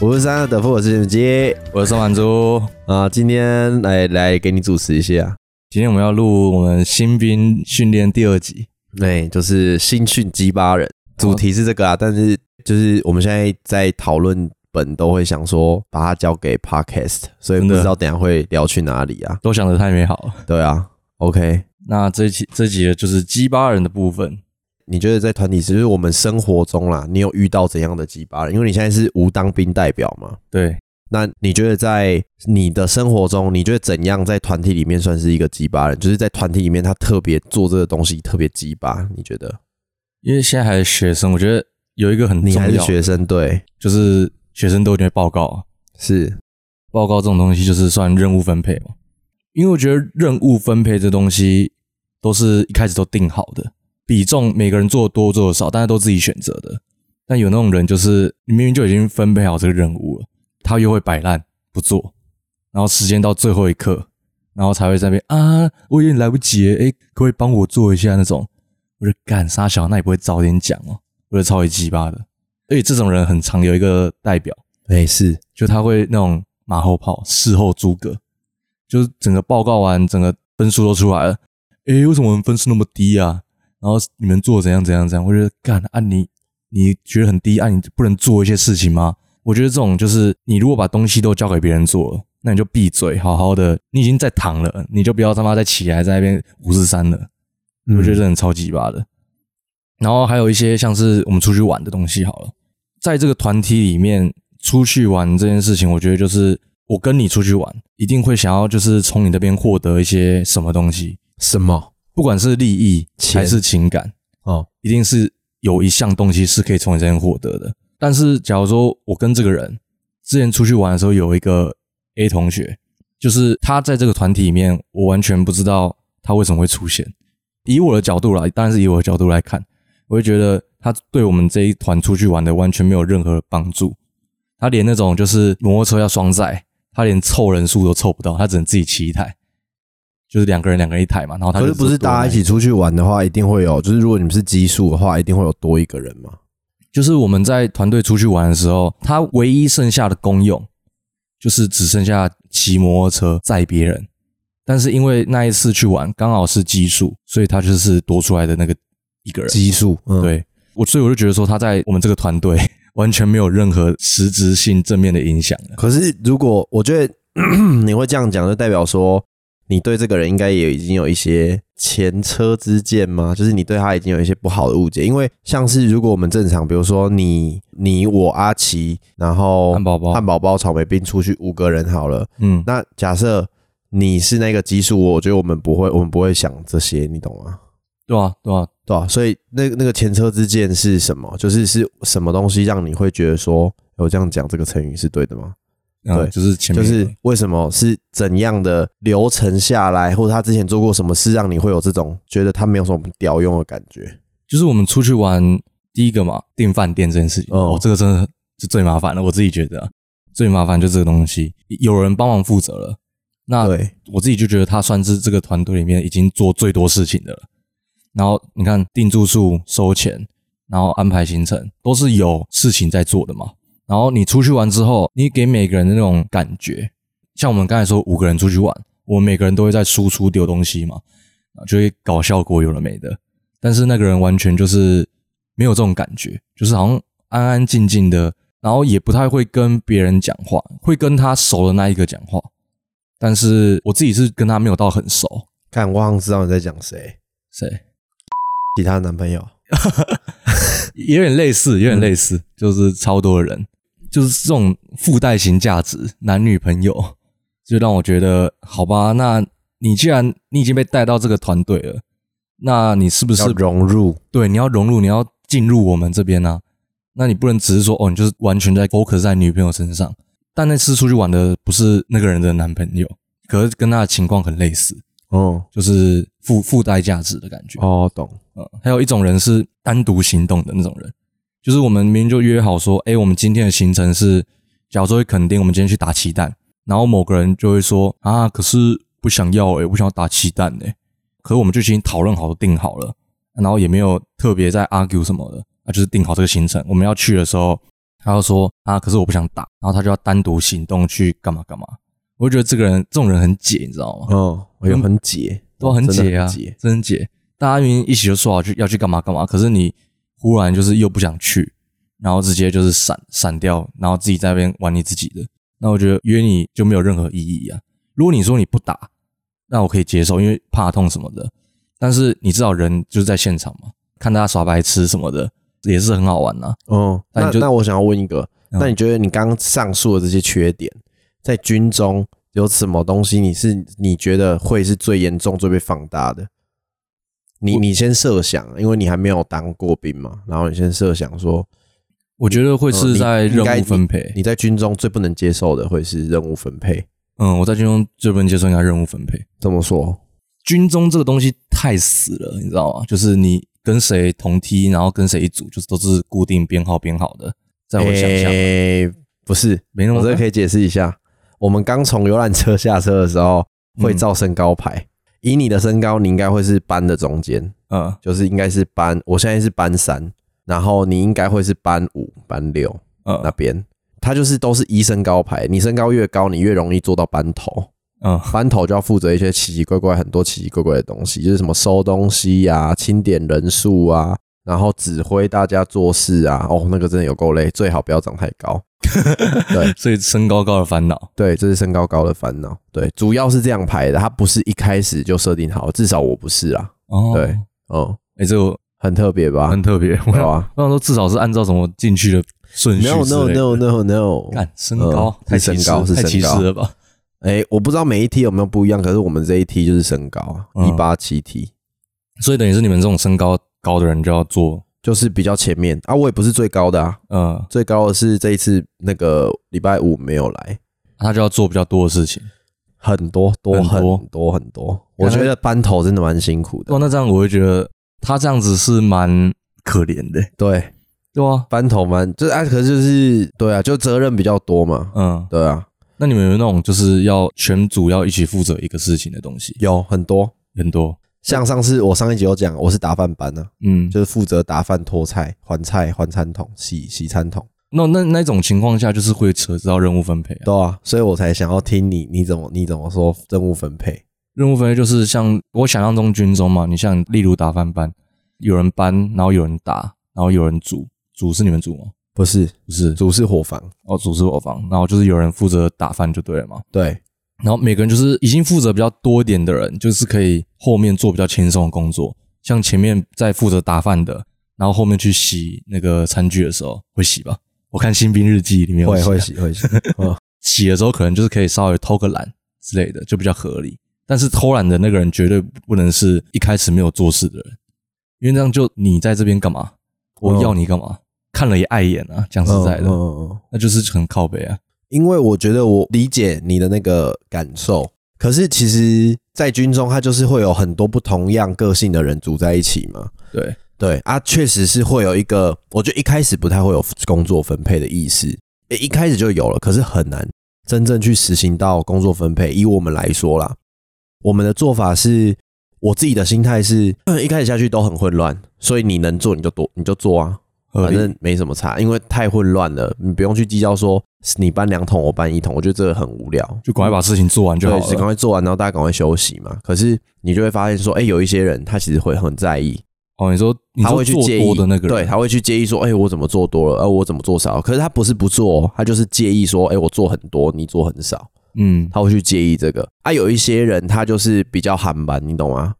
五分三的德富，我是剪辑我是宋满珠。啊，今天来来给你主持一下，今天我们要录我们新兵训练第二集，哎、就是新训鸡巴人，主题是这个啊，但是就是我们现在在讨论本都会想说把它交给 podcast，所以真不的知道等一下会聊去哪里啊？都想得太美好了。对啊，OK，那这一期这一集的就是鸡巴人的部分，你觉得在团体就是我们生活中啦，你有遇到怎样的鸡巴人？因为你现在是无当兵代表嘛，对，那你觉得在你的生活中，你觉得怎样在团体里面算是一个鸡巴人？就是在团体里面他特别做这个东西特别鸡巴，你觉得？因为现在还是学生，我觉得有一个很重你还是要，学生，对，就是学生都一定会报告啊，是报告这种东西就是算任务分配嘛。因为我觉得任务分配这东西都是一开始都定好的，比重每个人做多做少，但是都自己选择的。但有那种人就是你明明就已经分配好这个任务了，他又会摆烂不做，然后时间到最后一刻，然后才会在那边啊，我有点来不及了，诶，可不可以帮我做一下那种？我就干傻小，那也不会早点讲哦，我就超级鸡巴的。而且这种人很常有一个代表，没事，就他会那种马后炮、事后诸葛，就是整个报告完，整个分数都出来了，诶，为什么我们分数那么低啊？然后你们做怎样怎样怎样？我觉得干啊你，你觉得很低啊，你不能做一些事情吗？我觉得这种就是你如果把东西都交给别人做了，那你就闭嘴，好好的，你已经在躺了，你就不要他妈再起来在那边五四三了。嗯我觉得这很超级巴的。然后还有一些像是我们出去玩的东西，好了，在这个团体里面出去玩这件事情，我觉得就是我跟你出去玩，一定会想要就是从你那边获得一些什么东西，什么？不管是利益钱还是情感，哦，一定是有一项东西是可以从你这边获得的。但是，假如说我跟这个人之前出去玩的时候，有一个 A 同学，就是他在这个团体里面，我完全不知道他为什么会出现。以我的角度来，当然是以我的角度来看，我会觉得他对我们这一团出去玩的完全没有任何帮助。他连那种就是摩托车要双载，他连凑人数都凑不到，他只能自己骑一台，就是两个人两个人一台嘛。然后他可是不是多买大家一起出去玩的话，一定会有，就是如果你们是奇数的话，一定会有多一个人嘛？就是我们在团队出去玩的时候，他唯一剩下的功用就是只剩下骑摩托车载别人。但是因为那一次去玩刚好是奇数，所以他就是多出来的那个一个人。奇数，嗯，，对我，所以我就觉得说他在我们这个团队 完全没有任何实质性正面的影响了。可是如果我觉得 你会这样讲，就代表说你对这个人应该也已经有一些前车之鉴吗？就是你对他已经有一些不好的误解，因为像是如果我们正常，比如说你、你、我、阿奇，然后汉堡包汉堡包、草莓冰出去五个人好了，嗯，那假设。你是那个基数，我觉得我们不会，我们不会想这些，你懂吗？对啊，对啊，对啊，所以那那个前车之鉴是什么？就是是什么东西让你会觉得说，欸我这样讲这个成语是对的吗？嗯、对就是前就面是为什么是怎样的流程下来，或者他之前做过什么事，让你会有这种觉得他没有什么屌用的感觉？就是我们出去玩，第一个嘛，订饭店这件事情，哦哦，这个真的是最麻烦了。我自己觉得啊、最麻烦就这个东西，有人帮忙负责了，那对，我自己就觉得他算是这个团队里面已经做最多事情的了。然后你看订住宿、收钱，然后安排行程，都是有事情在做的嘛。然后你出去玩之后，你给每个人的那种感觉，像我们刚才说五个人出去玩，我们每个人都会在输出丢东西嘛，就会搞效果有了没的。但是那个人完全就是没有这种感觉，就是好像安安静静的，然后也不太会跟别人讲话，会跟他熟的那一个讲话。但是我自己是跟他没有到很熟，看我好像知道你在讲谁，谁其他男朋友也有点类似，有点类嗯似，就是超多的人，就是这种附带型价值，男女朋友，就让我觉得，好吧，那你既然你已经被带到这个团队了，那你是不是要融入，对，你要融入，你要进入我们这边啊。那你不能只是说哦，你就是完全在 focus 在女朋友身上。但那次出去玩的不是那个人的男朋友，可是跟他的情况很类似，嗯，就是附附带价值的感觉。哦，懂，嗯，还有一种人是单独行动的那种人，就是我们明明就约好说，哎、我们今天的行程是，假如说肯定我们今天去打鸡蛋，然后某个人就会说啊，可是不想要诶、不想要打鸡蛋诶、可是我们就已经讨论好定好了，然后也没有特别在 argue 什么的，啊，就是定好这个行程，我们要去的时候他就说啊，可是我不想打，然后他就要单独行动去干嘛干嘛。我就觉得这个人这种人很解，你知道吗？哦，哎呦，很解，嗯都很解啊，真的很解真很解。大家明明一起就说好去要去干嘛干嘛，可是你忽然就是又不想去，然后直接就是闪闪掉，然后自己在那边玩你自己的。那我觉得约你就没有任何意义啊。如果你说你不打，那我可以接受，因为怕痛什么的。但是你至少人就是在现场嘛，看大家耍白痴什么的，也是很好玩啊呐、哦，那你那就那我想要问一个，嗯那你觉得你刚刚上述的这些缺点，在军中有什么东西你是你觉得会是最严重、最被放大的？你你先设想，因为你还没有当过兵嘛，然后你先设想说，我觉得会呃是你在应该任务你分配。你在军中最不能接受的会是任务分配。嗯，我在军中最不能接受应该任务分配。这么说，军中这个东西太死了，你知道吗？就是你跟谁同梯，然后跟谁一组，就是都是固定编号编好的。在我想象，诶不是，没那么我这个可以解释一下。我们刚从游览车下车的时候，会嗯照身高排。以你的身高，你应该会是班的中间，嗯就是应该是班，我现在是班三，然后你应该会是班五、班六那嗯边。他就是都是一身高排，你身高越高，你越容易做到班头。嗯班头就要负责一些奇奇怪怪、很多奇奇怪怪的东西，就是什么收东西呀、清点人数啊，然后指挥大家做事啊。哦，那个真的有够累，最好不要长太高。对，所以身高高的烦恼。对，这是身高高的烦恼。对，主要是这样排的，它不是一开始就设定好，至少我不是啦。哦，对哎、嗯，这个很特别吧？啊很特别。 对我想吧我想说，至少是按照什么进去的顺序？No 之 no 类的 no no no。干身高、嗯太是歧视身高是太歧身高视了吧？哎、我不知道每一梯有没有不一样，可是我们这一梯就是身高啊，嗯一八七梯，所以等于是你们这种身高高的人就要做，就是比较前面啊。我也不是最高的啊，嗯，最高的是这一次那个礼拜五没有来，他就要做比较多的事情。很多多很很多多很多。我觉得班头真的蛮辛苦的哇，。那这样我会觉得他这样子是蛮可怜的，对，对啊，班头蛮就是啊，可是就是对啊，就责任比较多嘛。嗯，对啊，那你们有那种就是要全组要一起负责一个事情的东西，有很多。很多，像上次我上一集有讲，我是打饭班呢、嗯，就是负责打饭、拖菜、还菜、还餐桶、洗洗餐桶，那那那种情况下就是会扯到任务分配啊，对啊，所以我才想要听你你怎么你怎么说任务分配，任务分配就是像我想象中军中嘛，你像例如打饭班，有人搬，然后有人打，然后有人煮，煮是你们煮吗？不是不是，主事伙房，哦，煮是我方，然后就是有人负责打饭就对了嘛，对，然后每个人就是已经负责比较多一点的人，就是可以后面做比较轻松的工作，像前面在负责打饭的，然后后面去洗那个餐具的时候会洗吧。我看新兵日记里面有会啊会洗会洗，嗯， 洗的时候可能就是可以稍微偷个懒之类的，就比较合理。但是偷懒的那个人绝对不能是一开始没有做事的人，因为这样就你在这边干嘛？我嗯要你干嘛？看了也碍眼啊，讲实在的，嗯嗯嗯那就是很靠北啊。因为我觉得我理解你的那个感受，可是其实，在军中他就是会有很多不同样个性的人组在一起嘛，对，对啊，确实是会有一个，我觉得一开始不太会有工作分配的意识，诶一开始就有了，可是很难真正去实行到工作分配。以我们来说啦，我们的做法是，我自己的心态是，呃一开始下去都很混乱，所以你能做你就多你就做啊，合反理正没什么差，因为太混乱了，你不用去计较说是你搬两桶我搬一桶，我觉得这个很无聊，就赶快把事情做完就好对，只赶了。快做完，然后大家赶快休息嘛。可是你就会发现说，哎、有一些人他其实会很在意，哦，你说你他说会去做介意多的那个人，对，他会去介意说，哎、我怎么做多了，啊，我怎么做少？可是他不是不做哦，他就是介意说，哎、我做很多，你做很少，嗯，他会去介意这个。啊，有一些人他就是比较含板，你懂吗？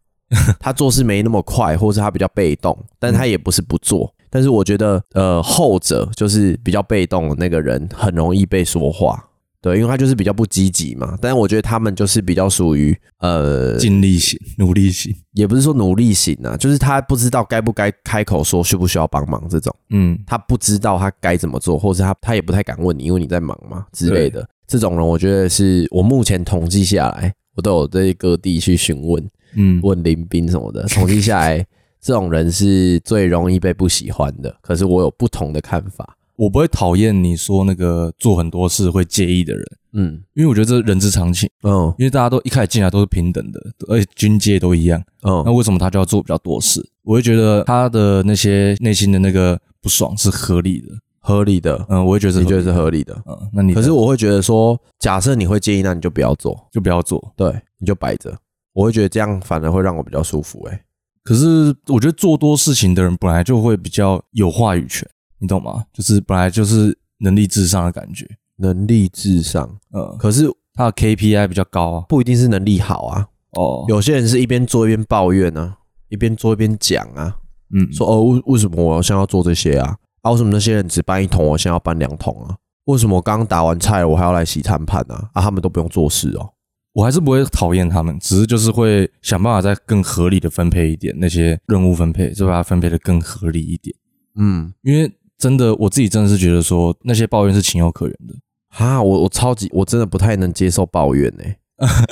他做事没那么快，或是他比较被动，但他也不是不做。但是我觉得，呃，后者就是比较被动的那个人，很容易被说话。对，因为他就是比较不积极嘛。但是我觉得他们就是比较属于呃尽力型、努力型，也不是说努力型啊，就是他不知道该不该开口说需不需要帮忙这种，嗯，他不知道他该怎么做，或是他他也不太敢问你，因为你在忙嘛之类的。这种人，我觉得是我目前统计下来，我都有在各地去询问嗯，问林兵什么 的，统计下来，这种人是最容易被不喜欢的。可是我有不同的看法，我不会讨厌你说那个做很多事会介意的人，嗯因为我觉得这人之常情，嗯因为大家都一开始进来都是平等的，而且军阶都一样，那嗯，为什么他就要做比较多事？我会觉得他的那些内心的那个不爽是合理的，合理的，嗯，我会觉得是你觉得合是合理的。理的嗯，那你可是我会觉得说，假设你会介意，那你就不要做，就不要做。对，你就摆着。我会觉得这样反而会让我比较舒服、欸。哎，可是我觉得做多事情的人本来就会比较有话语权，你懂吗？就是本来就是能力至上的感觉，能力至上，嗯，可是他的 KPI 比较高啊。不一定是能力好啊。哦，有些人是一边做一边抱怨啊，一边做一边讲啊，嗯，说哦，为为什么我现在要做这些啊？啊，为什么那些人只搬一桶，我现在要搬两桶啊？为什么我刚打完菜了，我还要来洗餐盘啊？啊，他们都不用做事哦。我还是不会讨厌他们，只是就是会想办法再更合理的分配一点那些任务分配，就把它分配的更合理一点。嗯，因为真的我自己真的是觉得说那些抱怨是情有可原的，哈，我我超级我真的不太能接受抱怨呢、欸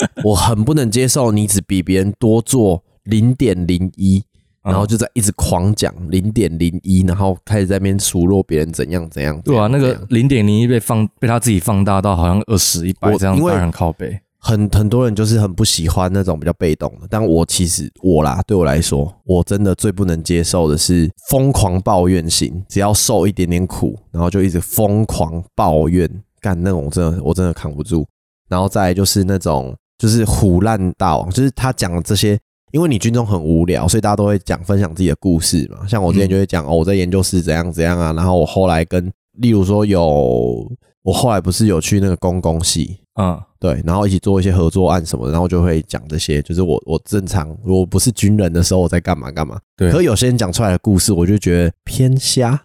我很不能接受你只比别人多做零点零一，嗯然后就在一直狂讲零点零一，然后开始在那边数落别人怎样怎样。对啊，怎那样个怎样零点零一被放被他自己放大到好像二十一百我这样，因为当然靠背。很很多人就是很不喜欢那种比较被动的，但我其实我啦，对我来说，我真的最不能接受的是疯狂抱怨型，只要受一点点苦，然后就一直疯狂抱怨，干那种我真的我真的扛不住。然后再来就是那种就是胡烂大王，就是他讲的这些，因为你军中很无聊，所以大家都会讲分享自己的故事嘛。像我之前就会讲、哦，我在研究室怎样怎样啊，然后我后来跟，例如说有我后来不是有去那个公共系，嗯，对，然后一起做一些合作案什么的，然后就会讲这些，就是我我正常如果不是军人的时候我在干嘛干嘛。对可有些人讲出来的故事，我就觉得偏瞎，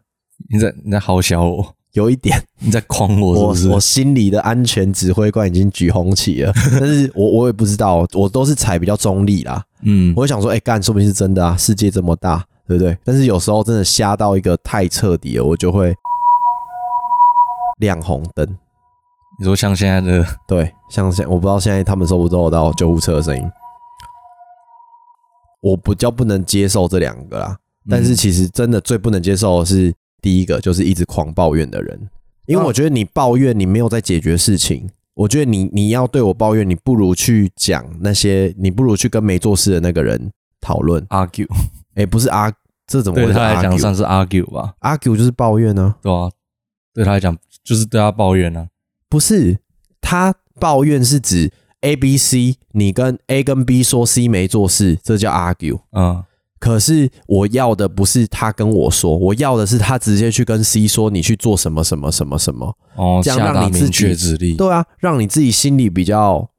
你在你在好小我， 有一点，你在诓我我是不我是？心里的安全指挥官已经举红旗了， 但是我我也不知道，我都是踩比较中立啦。嗯，我会想说，哎、干，说不定是真的啊，世界这么大，对不对？但是有时候真的瞎到一个太彻底了，我就会亮红灯。你说像现在的对，像现我不知道现在他们收不收得到救护车的声音，我比较不能接受这两个啦。嗯但是其实真的最不能接受的是第一个，就是一直狂抱怨的人，因为嗯我觉得你抱怨你没有在解决事情。我觉得你你要对我抱怨，你不如去讲那些，你不如去跟没做事的那个人讨论。 argue，哎、不是啊，这怎么对会是他来讲 argue？argue 算是 argue 吧，就是抱怨呢、对啊，对他来讲就是对他抱怨啊。不是，他抱怨是指 A、B、C，你跟 A 跟 B 说 C 没做事，这叫 argue。嗯，可是我要的不是他跟我说，我要的是他直接去跟 C 说你去做什么什么什么什么。哦，这样下让达你自明确己指令，对啊，让你自己心里比较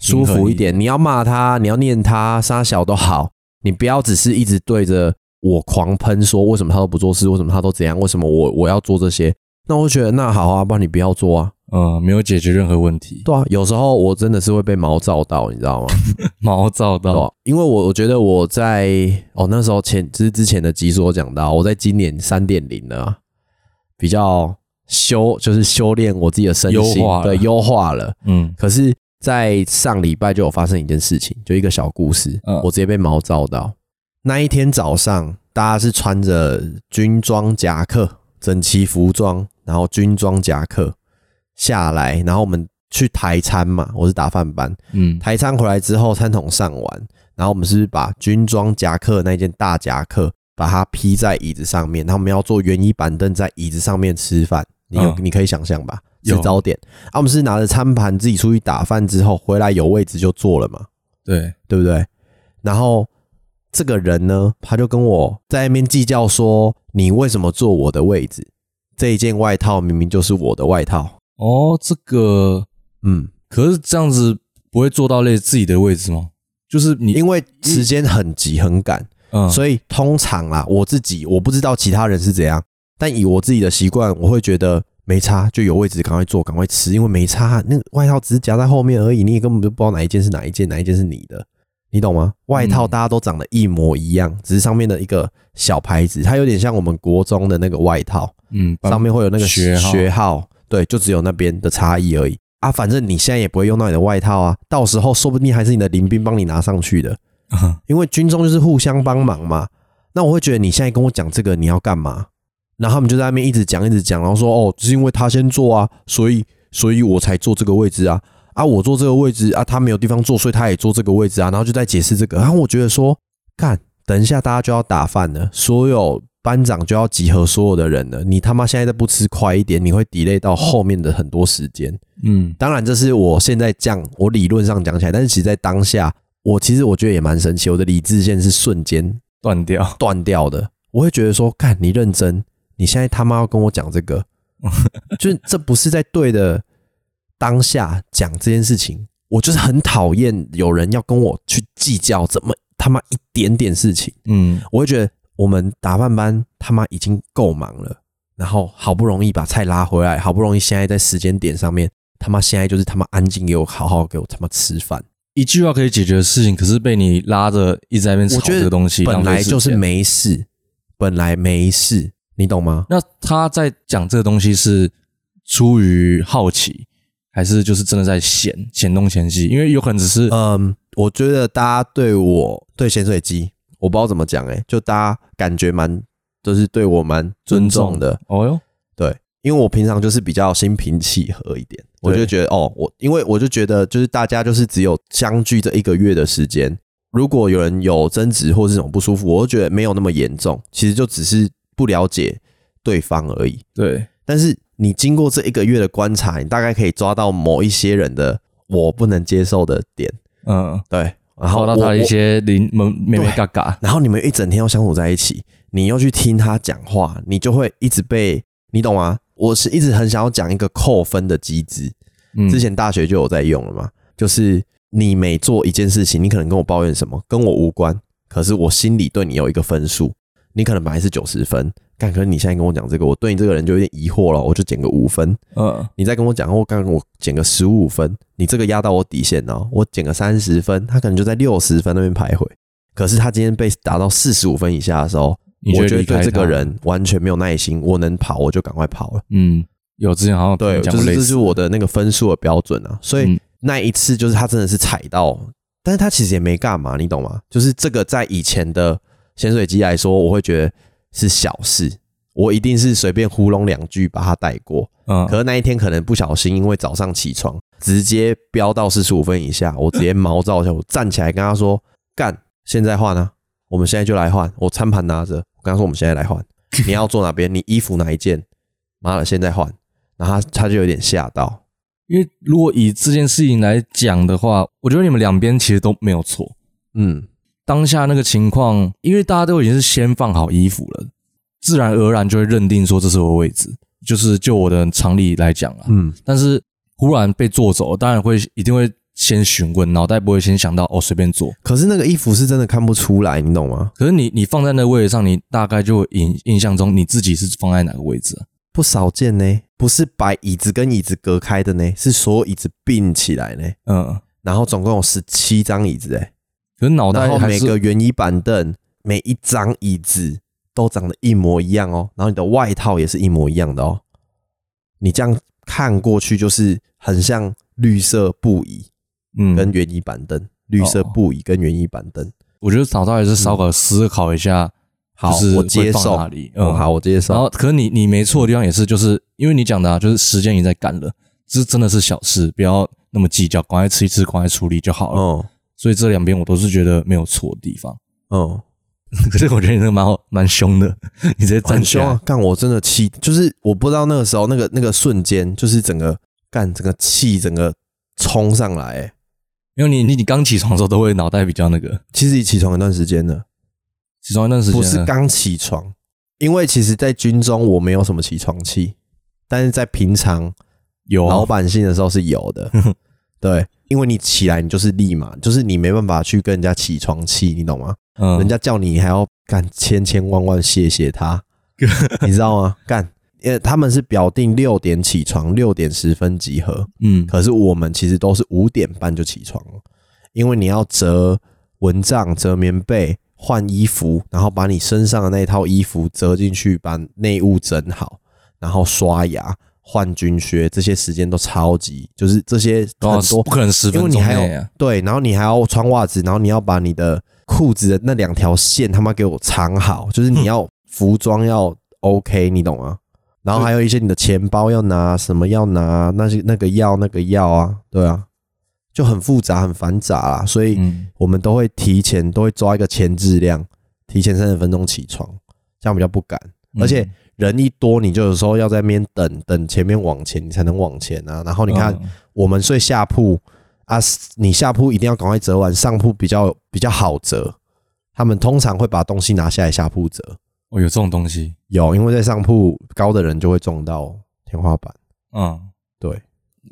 舒服一点。你要骂他，你要念他，杀小都好，你不要只是一直对着我狂喷说为什么他都不做事，为什么他都怎样，为什么我我要做这些。那我就觉得那好啊，不然你不要做啊。嗯，没有解决任何问题，对啊，有时候我真的是会被毛躁到，你知道吗？ 毛躁对到啊，因为我我觉得我在哦那时候前之之前的集数我讲到，我在今年三点零了啊，比较修就是修炼我自己的身心，优化了对，优化了。嗯，可是，在上礼拜就有发生一件事情，就一个小故事，嗯我直接被毛躁到。那一天早上，大家是穿着军装夹克、整齐服装，然后军装夹克下来，然后我们去台餐嘛，我是打饭班，嗯，台餐回来之后，餐桶上完，然后我们是不是把军装夹克那件大夹克把它披在椅子上面，然后我们要坐圆椅板凳在椅子上面吃饭，你有、嗯你可以想象吧？吃有早点，啊，我们是拿着餐盘自己出去打饭之后回来有位置就坐了嘛，对，对不对？然后这个人呢，他就跟我在那边计较说，你为什么坐我的位置？这一件外套明明就是我的外套，哦，这个嗯，可是这样子不会做到累自己的位置吗？就是你，因为时间很急很赶，嗯，以所以通常啦，我自己我不知道其他人是怎样，但以我自己的习惯，我会觉得没差，就有位置赶快坐，赶快吃，因为没差，那个外套只是夹在后面而已，你也根本就不知道哪一件是哪一件，哪一件是你的，你懂吗？外套大家都长得一模一样，只是上面的一个小牌子，它有点像我们国中的那个外套，嗯，上面会有那个学号学号，对，就只有那边的差异而已。啊，反正你现在也不会用到你的外套啊，到时候说不定还是你的林兵帮你拿上去的。因为军中就是互相帮忙嘛。那我会觉得你现在跟我讲这个，你要干嘛？然后他们就在那边一直讲，一直讲，然后说哦，是因为他先坐啊，所以所以我才坐这个位置啊。啊，我坐这个位置啊，他没有地方坐，所以他也坐这个位置啊。然后就在解释这个，然后我觉得说，干，等一下大家就要打饭了，所有班长就要集合所有的人了，你他妈现在再不吃快一点，你会 delay 到后面的很多时间。 嗯当然，这是我现在这样，我理论上讲起来，但是其实在当下，我其实我觉得也蛮神奇，我的理智线是瞬间断掉，断掉的。我会觉得说，干你认真，你现在他妈要跟我讲这个，就是这不是在对的当下讲这件事情。我就是很讨厌有人要跟我去计较怎么他妈一点点事情。嗯我会觉得我们打饭班他妈已经够忙了，然后好不容易把菜拉回来，好不容易现在在时间点上面，他妈现在就是他妈安静给我好好给我他妈吃饭。一句话可以解决的事情，可是被你拉着一直在那边吵我觉这个得东西，本浪费来时就是间。没事，本来没事，你懂吗？那他在讲这个东西是出于好奇，还是就是真的在嫌嫌东嫌西？因为有可能只是嗯，我觉得大家对我对咸水鸡，我不知道怎么讲哎、就大家感觉蛮就是对我蛮尊重的，哦哟，对，因为我平常就是比较心平气和一点，我对就觉得哦，我因为我就觉得就是大家就是只有相聚这一个月的时间，如果有人有争执或是什么不舒服，我就觉得没有那么严重，其实就只是不了解对方而已。对，但是你经过这一个月的观察，你大概可以抓到某一些人的我不能接受的点，嗯，对，然后好到我他的一哦我些零门妹妹对嘎嘎，然后你们一整天要相处在一起，你又去听他讲话，你就会一直被你懂吗？我是一直很想要讲一个扣分的机制，嗯，之前大学就有在用了嘛，就是你每做一件事情，你可能跟我抱怨什么，跟我无关，可是我心里对你有一个分数，你可能本来是九十分，但可是你现在跟我讲这个，我对你这个人就有点疑惑了，我就减个五分，嗯你再跟我讲，我刚刚我减个十五分，你这个压到我底线哦，我减个三十分，他可能就在六十分那边徘徊。可是他今天被打到四十五分以下的时候，你就我会觉得离开对这个他人完全没有耐心。我能跑我就赶快跑了，嗯，有之前好像对，讲就过是类这似是我的那个分数的标准啊。所以嗯那一次就是他真的是踩到，但是他其实也没干嘛，你懂吗？就是这个在以前的潜水机来说，我会觉得是小事，我一定是随便糊弄两句把他带过。嗯，可是那一天可能不小心，因为早上起床直接飙到四十五分以下，我直接毛躁一下，我站起来跟他说：“干，现在换啊，我们现在就来换。”我餐盘拿着，我跟他说：“我们现在来 换，你要坐哪边？你衣服哪一件？妈的，现在换。”然后他他就有点吓到，因为如果以这件事情来讲的话，我觉得你们两边其实都没有错。嗯，当下那个情况，因为大家都已经是先放好衣服了，自然而然就会认定说这是我的位置，就是就我的常理来讲啦。嗯，但是忽然被坐走，当然会一定会先询问，脑袋不会先想到哦随便坐。可是那个衣服是真的看不出来，你懂吗？可是你你放在那个位置上，你大概就有印印象中你自己是放在哪个位置啊、不少见呢，不是把椅子跟椅子隔开的呢，是所有椅子并起来呢。嗯，然后总共有十七张椅子，哎，可是脑然袋后还每是个圆椅板凳、每一张椅子都长得一模一样哦，然后你的外套也是一模一样的哦。你这样看过去就是很像绿色布椅嗯跟圆椅板凳，绿色哦布椅跟圆椅板凳。我觉得脑袋还是稍微思考一嗯下，好就是我会接放受哪里，哦，嗯，好，。我接然受。后，可是你你没错的地方也是，就是因为你讲的啊，就是时间已经在赶了，这真的是小事，不要那么计较，赶快吃一吃，赶快处理就好了。哦所以这两边我都是觉得没有错的 地方。哦，可是我觉得你那个蛮好，蛮凶的，你直接站很起凶来，啊！干，我真的气，就是我不知道那个时候那个那个瞬间，就是整个干整个气整个冲上来、欸。因为你你你刚起床的时候都会脑袋比较那个，其实已起床一段时间了。起床一段时间不呢是刚起床，因为其实，在军中我没有什么起床气，但是在平常有啊老板性的时候是有的。对，因为你起来，你就是立马，就是你没办法去跟人家起床气，你懂吗？嗯人家叫你，你还要干千千万万谢谢他，你知道吗？干，呃，他们是表定六点起床，六点十分集合，嗯可是我们其实都是五点半就起床了，因为你要折蚊帐、折棉被、换衣服，然后把你身上的那一套衣服折进去，把内务整好，然后刷牙、换军靴，这些时间都超级，就是这些哦很多，不可能十因为分你钟还内有啊，对，然后你还要穿袜子，然后你要把你的裤子的那两条线他妈给我藏好，就是你要服装要 OK，你懂嗯吗？然后还有一些你的钱包要拿，什么要拿，那些那个要那个要啊，对啊，就很复杂很繁杂啦，所以嗯我们都会提前都会抓一个前置量，提前三十分钟起床，这样比较不敢。嗯而且人一多，你就有时候要在那边等等前面往前，你才能往前啊。然后你看，嗯我们睡下铺啊，你下铺一定要赶快折完，上铺比较比较好折。他们通常会把东西拿下来下铺折，哦，有这种东西，有，因为在上铺高的人就会撞到天花板。嗯，对，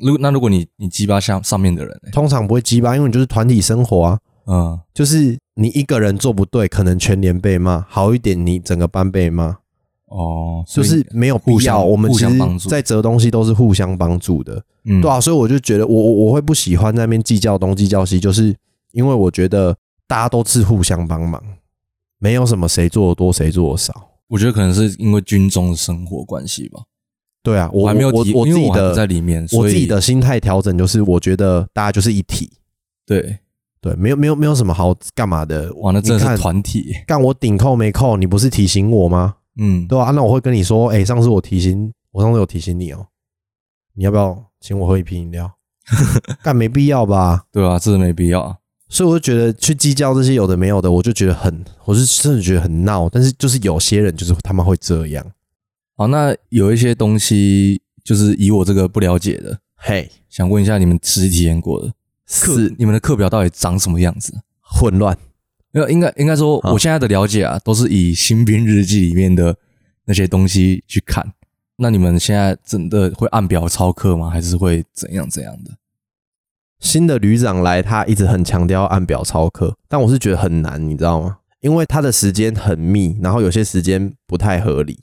如果那如果你你鸡巴下上面的人、欸，通常不会鸡巴，因为你就是团体生活啊。嗯，就是你一个人做不对，可能全连被骂；好一点，你整个班被骂，哦，就所以是没有必互要。相我们互其相帮实，助，在折东西都是互相帮助的，嗯对啊。所以我就觉得我，我我会不喜欢在那边计较东计较西，就是因为我觉得大家都是互相帮忙，没有什么谁做的多谁做的少。我觉得可能是因为军中的生活关系吧，对啊，我还没有我提，我因自为己我还不的在里面，所我自己以的心态调整就是，我觉得大家就是一体，对，对，没有没有没有什么好干嘛的。哇，那真你的看是团体，干我顶扣没扣，你不是提醒我吗？嗯，对啊，那我会跟你说，哎、上次我提醒，我上次有提醒你哦、你要不要请我喝一瓶饮 料？干没必要吧？对啊，这没必要，所以我就觉得去计较这些有的没有的，我就觉得很，我是真的觉得很闹。但是就是有些人就是他们会这样，好，那有一些东西就是以我这个不了解的，嘿，想问一下你们实际体验过的课是你们的课表到底长什么样子？混乱没有，应该应该说，啊我现在的了解啊，都是以《新兵日记》里面的那些东西去看。那你们现在真的会按表操课吗？还是会怎样怎样的？新的旅长来，他一直很强调按表操课，但我是觉得很难，你知道吗？因为他的时间很密，然后有些时间不太合理。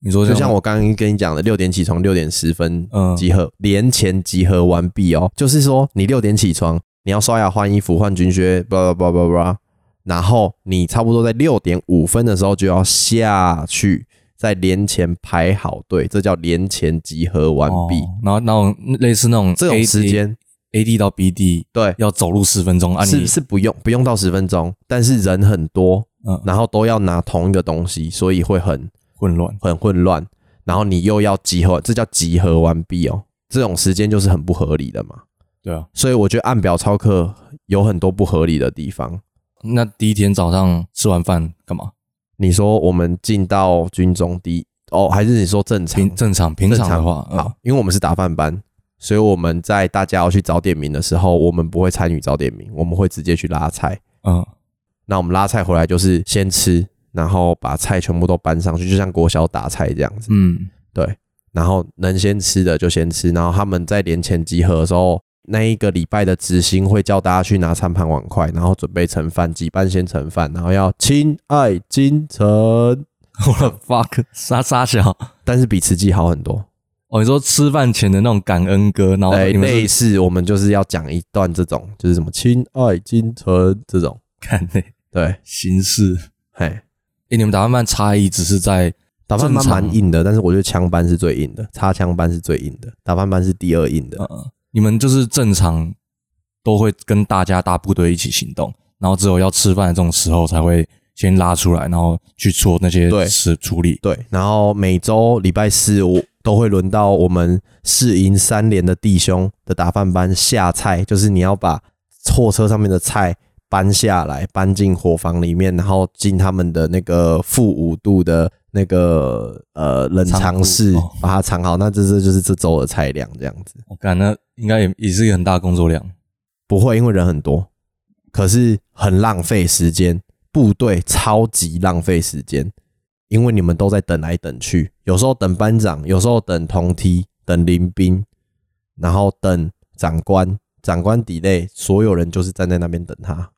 你说就像我我刚刚跟你讲的，六点起床，六点十分嗯集合，年前集合完毕哦。就是说，你六点起床，你要刷牙、换衣服、换军靴，叭叭叭叭叭，然后你差不多在六点五分的时候就要下去，在年前排好队，这叫年前集合完毕。哦然后那种类似那种这种 AD 时间， A D 到 B D 对，要走路十分钟，按、啊、你是是不用不用到十分钟，但是人很多，嗯然后都要拿同一个东西，所以会很混乱很混乱，然后你又要集合，这叫集合完毕哦。这种时间就是很不合理的嘛，对啊。所以我觉得按表操课有很多不合理的地方。那第一天早上吃完饭干嘛？你说我们进到军中第一哦，还是你说正常平正常平常的话，嗯好，因为我们是打饭班，所以我们在大家要去早点名的时候，我们不会参与早点名，我们会直接去拉菜。嗯那我们拉菜回来就是先吃，然后把菜全部都搬上去，就像国小打菜这样子。嗯 对，然后能先吃的就先吃，然后他们在年前集合的时候，那一个礼拜的执行会叫大家去拿餐盘碗筷，然后准备盛饭，几班先盛饭，然后要亲爱京城，我的 fuck 傻傻小但是比慈济好很多。哦，你说吃饭前的那种感恩歌，然后哎，哦你们类 是似我们就是要讲一段这种，就是什么亲爱京城这种，看那对，形式。嘿，哎，你们打扮班差异只是在打饭班正常蛮硬的，但是我觉得枪班是最硬的，插枪班是最硬的，打饭班是第二硬的，呃，你们就是正常都会跟大家大部队一起行动，然后只有要吃饭的这种时候才会先拉出来，然后去做那些对事处理。对，然后每周礼拜四我都会轮到我们世营三连的弟兄的打饭班下菜，就是你要把货车上面的菜搬下来，搬进伙房里面，然后进他们的那个负五度的那个呃冷仓藏库室哦，把它藏好。那这这就是这周的菜量这样子。我感那应该也也是一个很大的工作量。不会，因为人很多，可是很浪费时间。部队超级浪费时间，因为你们都在等来等去，有时候等班长，有时候等同梯，等临兵，然后等长官，长官 delay，所有人就是站在那边等他，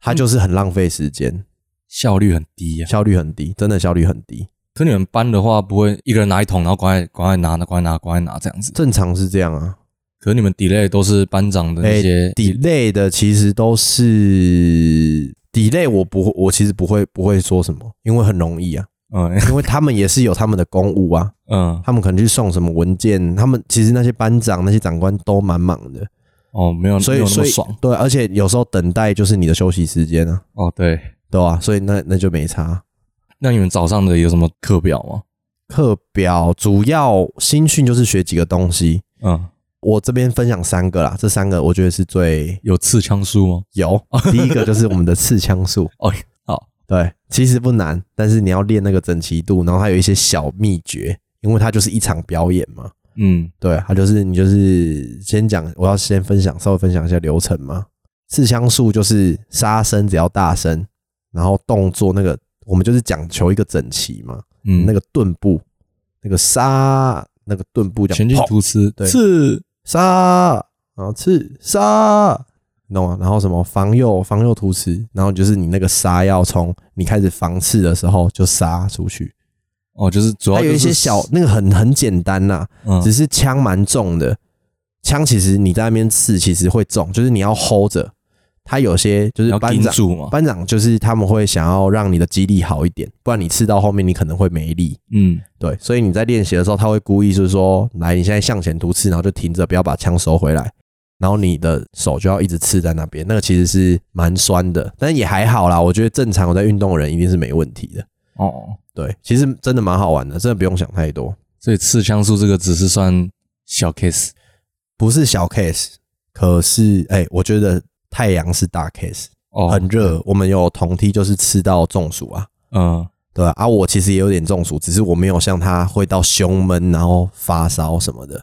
他就是很浪费时间，效率很低啊呀、效率很低，真的效率很低。可你们班的话，不会一个人拿一桶，然后赶快赶快拿，赶快拿，赶快拿这样子。正常是这样啊，可是你们 delay 都是班长的那哎些 delay 的其实都是 delay，我不我其实不会不会说什么，因为很容易啊。嗯因为他们也是有他们的公务 啊，嗯他们可能去送什么文件，他们其实那些班长、那些长官都蛮忙的，哦，没有所没以有那所么以爽对，啊而且有时候等待就是你的休息时间啊，哦。对，对吧、所以那那就没差。那你们早上的有什么课表吗？课表主要新训就是学几个东西，嗯，我这边分享三个啦，这三个我觉得是最有刺枪术吗？有，第一个就是我们的刺枪术，哦 哦，好，对，其实不难，但是你要练那个整齐度，然后它有一些小秘诀，因为它就是一场表演嘛。嗯，对，它就是你就是先讲，我要先分享，稍微分享一下流程嘛。刺枪术就是杀声只要大声，然后动作那个我们就是讲求一个整齐嘛。嗯那个盾步，那个杀那个盾步讲前进图吃对是杀，然后刺杀，你懂吗？然后什么防右防右突刺，然后就是你那个杀要从你开始防刺的时候就杀出去。哦，就是主要它有一就些是小那个很很简单呐、嗯只是枪蛮重的。枪其实你在那边刺其实会中，就是你要 hold 着。它有些就是要班盯长，住嘛，班长就是他们会想要让你的肌力好一点，不然你刺到后面你可能会没力。嗯对，所以你在练习的时候，他会故意就是说，来，你现在向前突刺，然后就停着，不要把枪收回来，然后你的手就要一直刺在那边，那个其实是蛮酸的，但也还好啦。我觉得正常有在运动的人一定是没问题的。哦，对，其实真的蛮好玩的，真的不用想太多，所以刺枪术这个只是算小 case，不是小 case，可是哎、我觉得太阳是大 case，哦，很热，我们有同梯就是刺到中暑啊。嗯对啊，啊我其实也有点中暑，只是我没有像他会到胸闷，然后发烧什么的。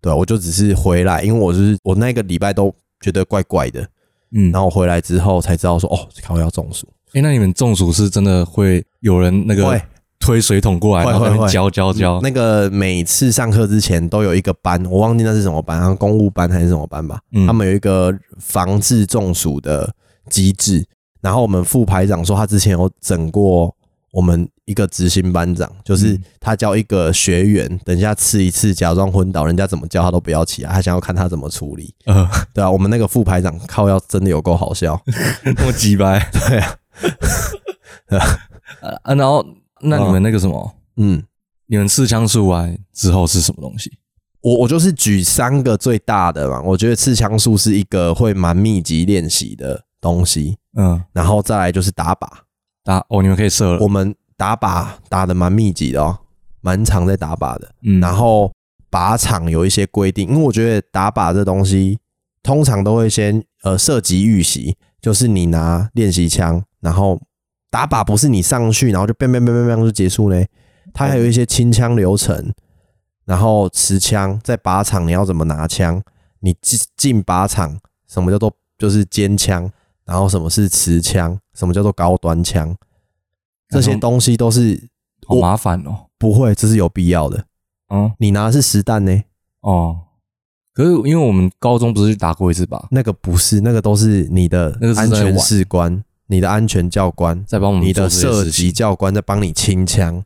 对啊、我就只是回来，因为我就是我那个礼拜都觉得怪怪的，嗯，然后回来之后才知道说，哦，靠，要中暑。哎、那你们中暑是真的会有人那个会推水桶过来，会然后在那会边会浇浇浇，那个每次上课之前都有一个班，我忘记那是什么班，好像公务班还是什么班吧。嗯他们有一个防治中暑的机制。然后我们副排长说，他之前有整过我们一个执行班长，就是嗯他教一个学员，等一下吃一次假装昏倒，人家怎么叫他都不要起来，他想要看他怎么处理。呃， 对啊，我们那个副排长靠要真的有够好笑，那么鸡掰对 啊，啊啊！然后那你们那个什么，嗯。你们刺枪术完之后是什么东西？我我就是举三个最大的嘛，我觉得刺枪术是一个会蛮密集练习的东西，嗯，然后再来就是打靶，打哦，你们可以射了我，们打靶打的蛮密集的哦，蛮常在打靶的。嗯，然后靶场有一些规定，因为我觉得打靶这东西通常都会先呃涉及预习，就是你拿练习枪，然后打靶不是你上去然后就 bang bang bang bang bang 就结束嘞，它还有一些清枪流程，然后持枪在靶场你要怎么拿枪，你进进靶场什么叫做就是尖枪，然后什么是持枪，什么叫做高端枪，这些东西都是好麻烦哦，不会，这是有必要的。嗯你拿的是实弹呢、哦，可是因为我们高中不是去打过一次靶，那个不是，那个都是你的那个是安在全玩士官、你的安全教官、在帮我们你做的这些射事击情，教官在帮你清枪，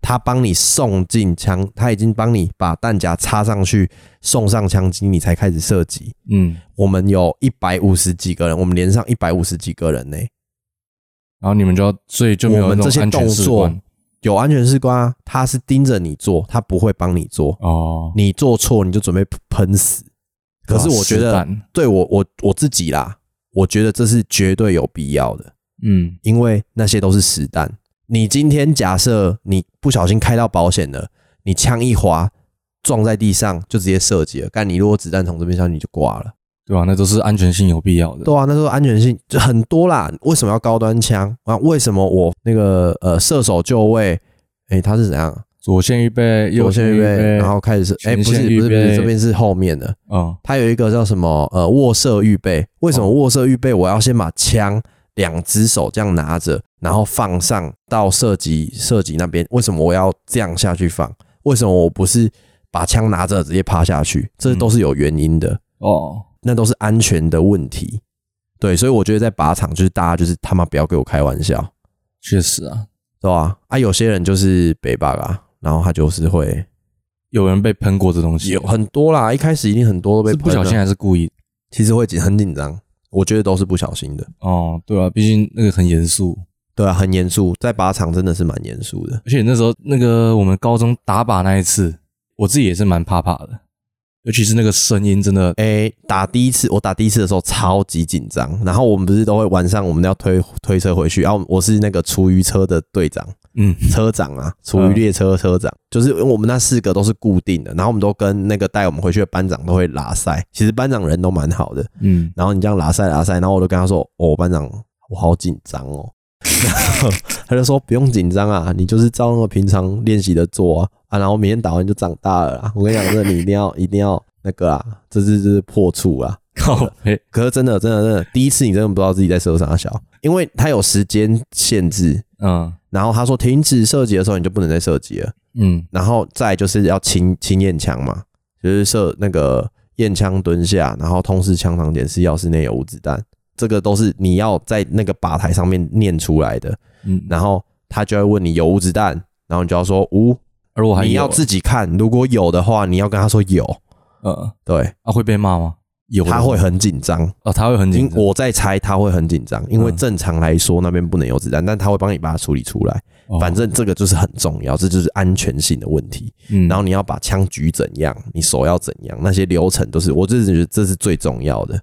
他帮你送进枪，他已经帮你把弹夹插上去，送上枪机，你才开始射击。嗯，我们有一百五十几个人，我们连上一百五十几个人呢、然后你们就要，所以就没有我们那这种些安全动士作官有安全士官啊，他是盯着你做，他不会帮你做，哦。你做错你就准备喷死。可是哇我觉实得弹对我我我自己啦，我觉得这是绝对有必要的，嗯，因为那些都是实弹。你今天假设你不小心开到保险了，你枪一滑撞在地上就直接射击了，但你如果子弹从这边上你就挂了。对啊吧、那都是安全性有必要的。对啊，那时候安全性就很多啦。为什么要高端枪啊？为什么我那个呃射手就位？诶、他是怎样？左线预备，右左线预备，然后开始射。诶、前不是线预不是不备是，这边是后面的。嗯，它有一个叫什么呃握射预备。为什么握射预备？我要先把枪两只手这样拿着，然后放上到射击射击那边。为什么我要这样下去放？为什么我不是把枪拿着直接趴下嗯去？这都是有原因的，哦，那都是安全的问题。对，所以我觉得在靶场就是大家就是他妈不要给我开玩笑，确实啊，对吧？啊，有些人就是北霸啊，然后他就是会有人被喷过这东西，啊有很多啦，一开始一定很多都被是不喷小了啊心还是故意？其实会紧很紧张，我觉得都是不小心的。哦，对啊，毕竟那个很严肃，对啊，很严肃，在靶场真的是蛮严肃的。而且那时候那个我们高中打靶那一次，我自己也是蛮怕怕的，尤其是那个声音真的，诶、打第一次，我打第一次的时候超级紧张，然后我们不是都会晚上我们要推推车回去，然、后我是那个厨余车的队长、嗯，车长啊，厨余列车车长，就是因为我们那四个都是固定的，然后我们都跟那个带我们回去的班长都会拉塞，其实班长人都蛮好的，嗯，然后你这样拉塞拉塞，然后我就跟他说，哦，班长，我好紧张哦。 他就说不用紧张啊，你就是照那么平常练习的做啊啊，然后明天打完就长大了啦。我跟你讲，真的，你一定要一 定要那个啊，这是这是破处啊。靠背，可是真的真的真的，第一次你真的不知道自己在射啥小，因为他有时间限制，嗯然后他说停止射击的时候你就不能再射击了，嗯然后再就是要清清验枪嘛，就是射那个验枪蹲下，然后通视枪膛检视药室内有无子弹，这个都是你要在那个靶台上面念出来的。嗯，然后他就会问你有无子弹，然后你就要说无，而我还你有要自己看，如果有的话，你要跟他说有，呃对，啊会被骂吗？有的他会很紧张，哦，他会很紧因张我在猜他会很紧张，因为嗯正常来说那边不能有子弹，但他会帮你把它处理出来，哦反正这个就是很重要，这就是安全性的问题。嗯，然后你要把枪举怎样，你手要怎样，那些流程都是，我就是觉得这是最重要的，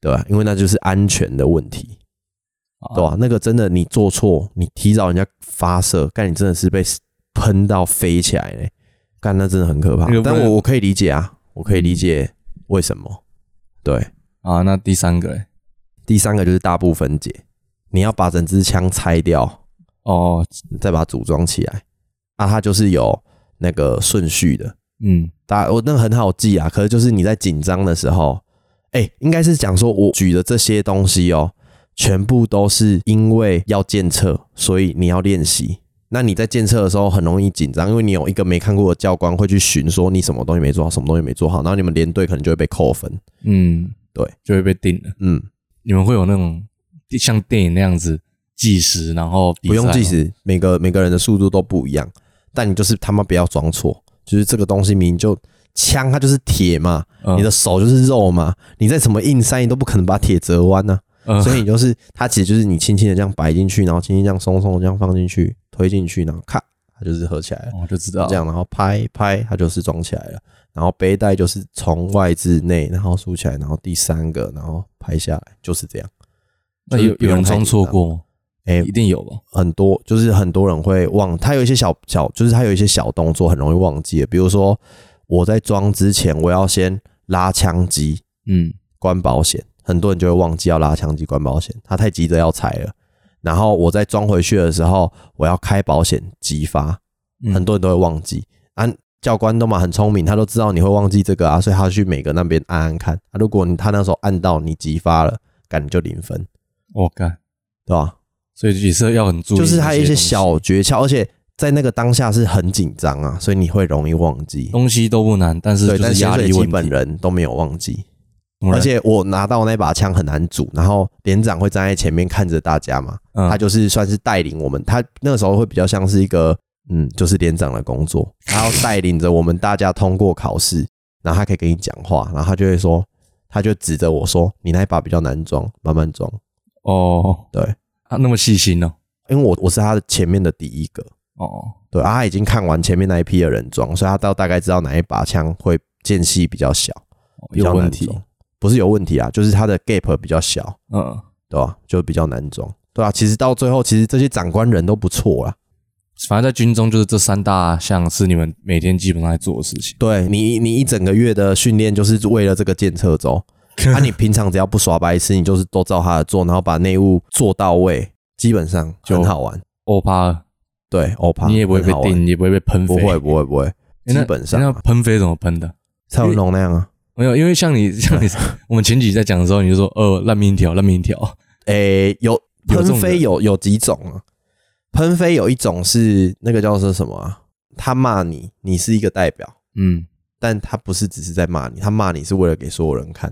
对吧？因为那就是安全的问题，啊对吧、那个真的你做错，你提早人家发射，干你真的是被喷到飞起来嘞、干那真的很可怕那个。不但然嗯我我可以理解啊，我可以理解为什么。对，啊，那第三个嘞，第三个就是大部分解，你要把整支枪拆掉，哦，再把它组装起来啊，它就是有那个顺序的。嗯打哦我那个很好记啊，可是就是你在紧张的时候，哎、应该是讲说我举的这些东西哦，全部都是因为要检测，所以你要练习。那你在检测的时候很容易紧张，因为你有一个没看过的教官会去巡，说你什么东西没做好，什么东西没做好，然后你们连队可能就会被扣分。嗯，对，就会被定了。嗯，你们会有那种像电影那样子计时，然后比不用赛哦计吗，时，每个每个人的速度都不一样，但你就是他妈不要装错，就是这个东西明明就枪它就是铁嘛，嗯你的手就是肉嘛，你再怎么硬塞，你都不可能把铁折弯啊呢、嗯所以你就是它其实就是你轻轻的这样摆进去，然后轻轻这样松松的这样放进去，推进去，然后咔，它就是合起来了。哦我就知道这样，然后拍拍，它就是装起来了。然后背带就是从外至内，然后竖起来，然后第三个，然后拍下来，就是这样。那就是有不有用人太装紧错张？过吗？哎、一定有吧？很多就是很多人会忘，他有一些小小，就是他有一些小动作很容易忘记的。比如说我在装之前，我要先拉枪机嗯关保险，很多人就会忘记要拉枪机关保险，他太急着要拆了。然后我在装回去的时候，我要开保险激发，嗯很多人都会忘记。按、教官都嘛很聪明，他都知道你会忘记这个啊，所以他去每个那边按按看。啊、如果你他那时候按到你激发了，感觉就零分，我干，对吧？所以也是要很注意，就是它有一些些东西小诀窍，而且在那个当下是很紧张啊，所以你会容易忘记。东西都不难，但是对，就但是潜压水力基问本题。人都没有忘记，不然而且我拿到那把枪很难组，然后连长会站在前面看着大家嘛，嗯他就是算是带领我们，他那个时候会比较像是一个嗯，就是连长的工作，他要带领着我们大家通过考试，然后他可以跟你讲话，然后他就会说，他就指着我说，你那一把比较难装，慢慢装，哦，对，啊，那么细心哦，因为我我是他的前面的第一个，哦，对啊，他已经看完前面那一批的人装，所以他到大概知道哪一把枪会间隙比较小，哦比较有难问题，装不是有问题啊，就是它的 gap 比较小，嗯，对吧、就比较难装，对啊，其实到最后，其实这些长官人都不错啦。反正在军中就是这三大项是你们每天基本上在做的事情。对你，你一整个月的训练就是为了这个检测 周。啊，你平常只要不耍白痴，你就是都照他的做，然后把内务做到位，基本上就很好玩。欧巴，对，欧帕你也不会被，很好玩定，你也不会被喷飞，不会，不会，不会，欸。基那本上那啊喷飞怎么喷的？蔡文龙那样啊。没有，因为像你 像 你，我们前几集在讲的时候，你就说呃烂命一条，烂命一条。诶、有有这喷种飞人有有几种啊？喷飞有一种是那个叫做什么啊？他骂你，你是一个代表，嗯，但他不是只是在骂你，他骂你是为了给所有人看。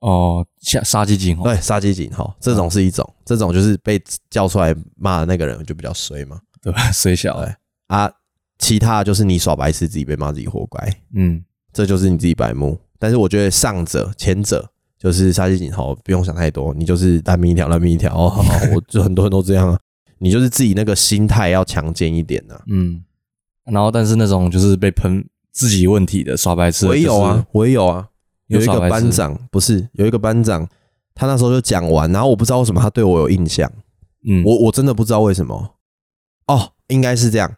哦，嗯下杀鸡儆猴。对，杀鸡儆猴这种是一种，这种就是被叫出来骂的那个人就比较衰嘛。对吧？ 虽小，对啊，其他就是你耍白痴，自己被骂自己活该，嗯，这就是你自己白目。但是我觉得上者前者。就是杀鸡儆猴，不用想太多，你就是烂命一条，烂命一条。 哦，好好我就很多人都这样啊，你就是自己那个心态要强健一点呐、啊嗯，然后但是那种就是被喷自己问题的耍白痴的，我也有就是啊，我也有啊。有有一耍个白痴班长不是有一个班长，他那时候就讲完，然后我不知道为什么他对我有印象，嗯，我我真的不知道为什么。哦，应该是这样。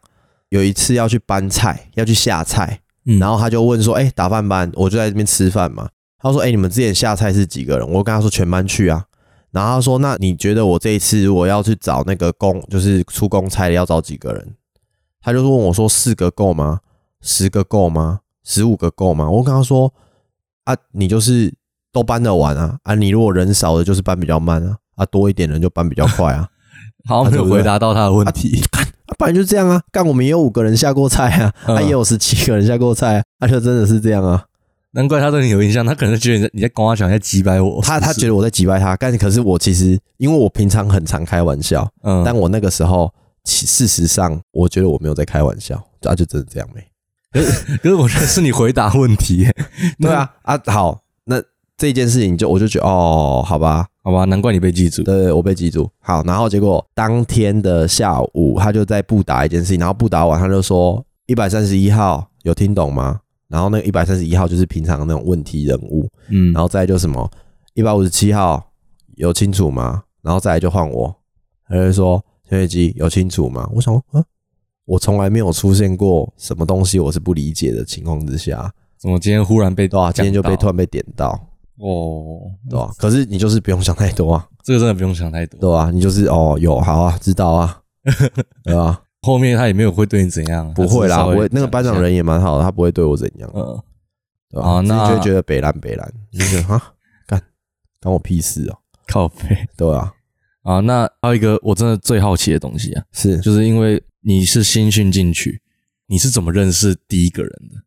有一次要去搬菜，要去下菜，嗯然后他就问说：“哎、打饭班，我就在这边吃饭嘛。”他说：“哎、你们之前下菜是几个人？”我跟他说：“全班去啊。”然后他说：“那你觉得我这一次如果要去找那个公，就是出公差的，要找几个人？”他就问我说：“四个够吗？十个够吗？十五个够吗？”我跟他说：“啊，你就是都搬得完啊，啊，你如果人少的，就是搬比较慢啊，啊，多一点人就搬比较快啊，好像没有回答到他的问题。啊，不然就这样啊。干，我们也有五个人下过菜啊，嗯啊，也有十七个人下过菜啊， 啊，就真的是这样啊。 难怪他对你有印象，他可能觉得你在你在跟我讲，在击败我。他他是觉得我在挤掰他，但可是我其实因为我平常很常开玩笑，不是嗯，但我那个时候，其事实上，我觉得我没有在开玩笑，啊，就真的这样没。可是我觉得是你回答问题。 嗯对，啊，啊，好，那这件事情就我就觉得哦，好吧，好吧，难怪你被记住。对，我被记住。好，然后结果当天的下午，他就在布达一件事情，然后布达完他就说一百三十一号有听懂吗？然后那个一百三十一号就是平常那种问题人物，嗯，然后再来就什么一百五十七号有清楚吗？然后再来就换我，他就说陈月基有清楚吗？我想说啊，我从来没有出现过什么东西我是不理解的情况之下，怎么今天忽然被对吧、哦今天就被突断然被点到，哦，对吧、可是你就是不用想太多啊，这个真的不用想太多。对吧、你就是哦有好啊，知道啊，对吧、后面他也没有会对你怎样，啊不会 他啦，只是稍微我那个班长讲一下，人也蛮好的，他不会对我怎样，嗯，对吧？哦只是那就会觉得北蓝北蓝，你就觉得啊，干干我屁事哦、靠背对啊，啊。那还有一个我真的最好奇的东西啊，是就是因为你是新训进去，你是怎么认识第一个人的？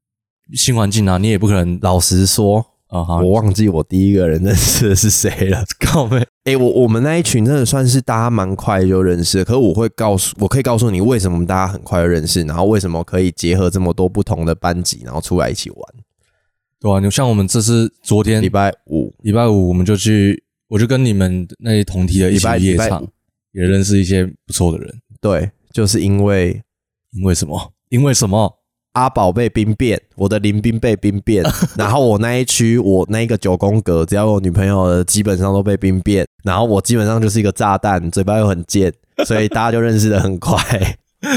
新环境啊，你也不可能老实说，啊哈，我忘记我第一个人认识的是谁了。 靠背诶，我我们那一群真的算是大家蛮快就认识的，可是我会告诉，我可以告诉你为什么大家很快就认识，然后为什么可以结合这么多不同的班级，然后出来一起玩。对啊，你像我们这次昨天礼拜五，礼拜五我们就去，我就跟你们那些同梯的一起礼拜去夜礼拜场五，也认识一些不错的人。对，就是因为因为什么？因为什么？ 阿宝被兵变，我的林兵被兵 变，然后我那一区，我那一个九宫格，只要有女朋友的，基本上都被兵变，然后我基本上就是一个炸弹，嘴巴又很贱，所以大家就认识的很快。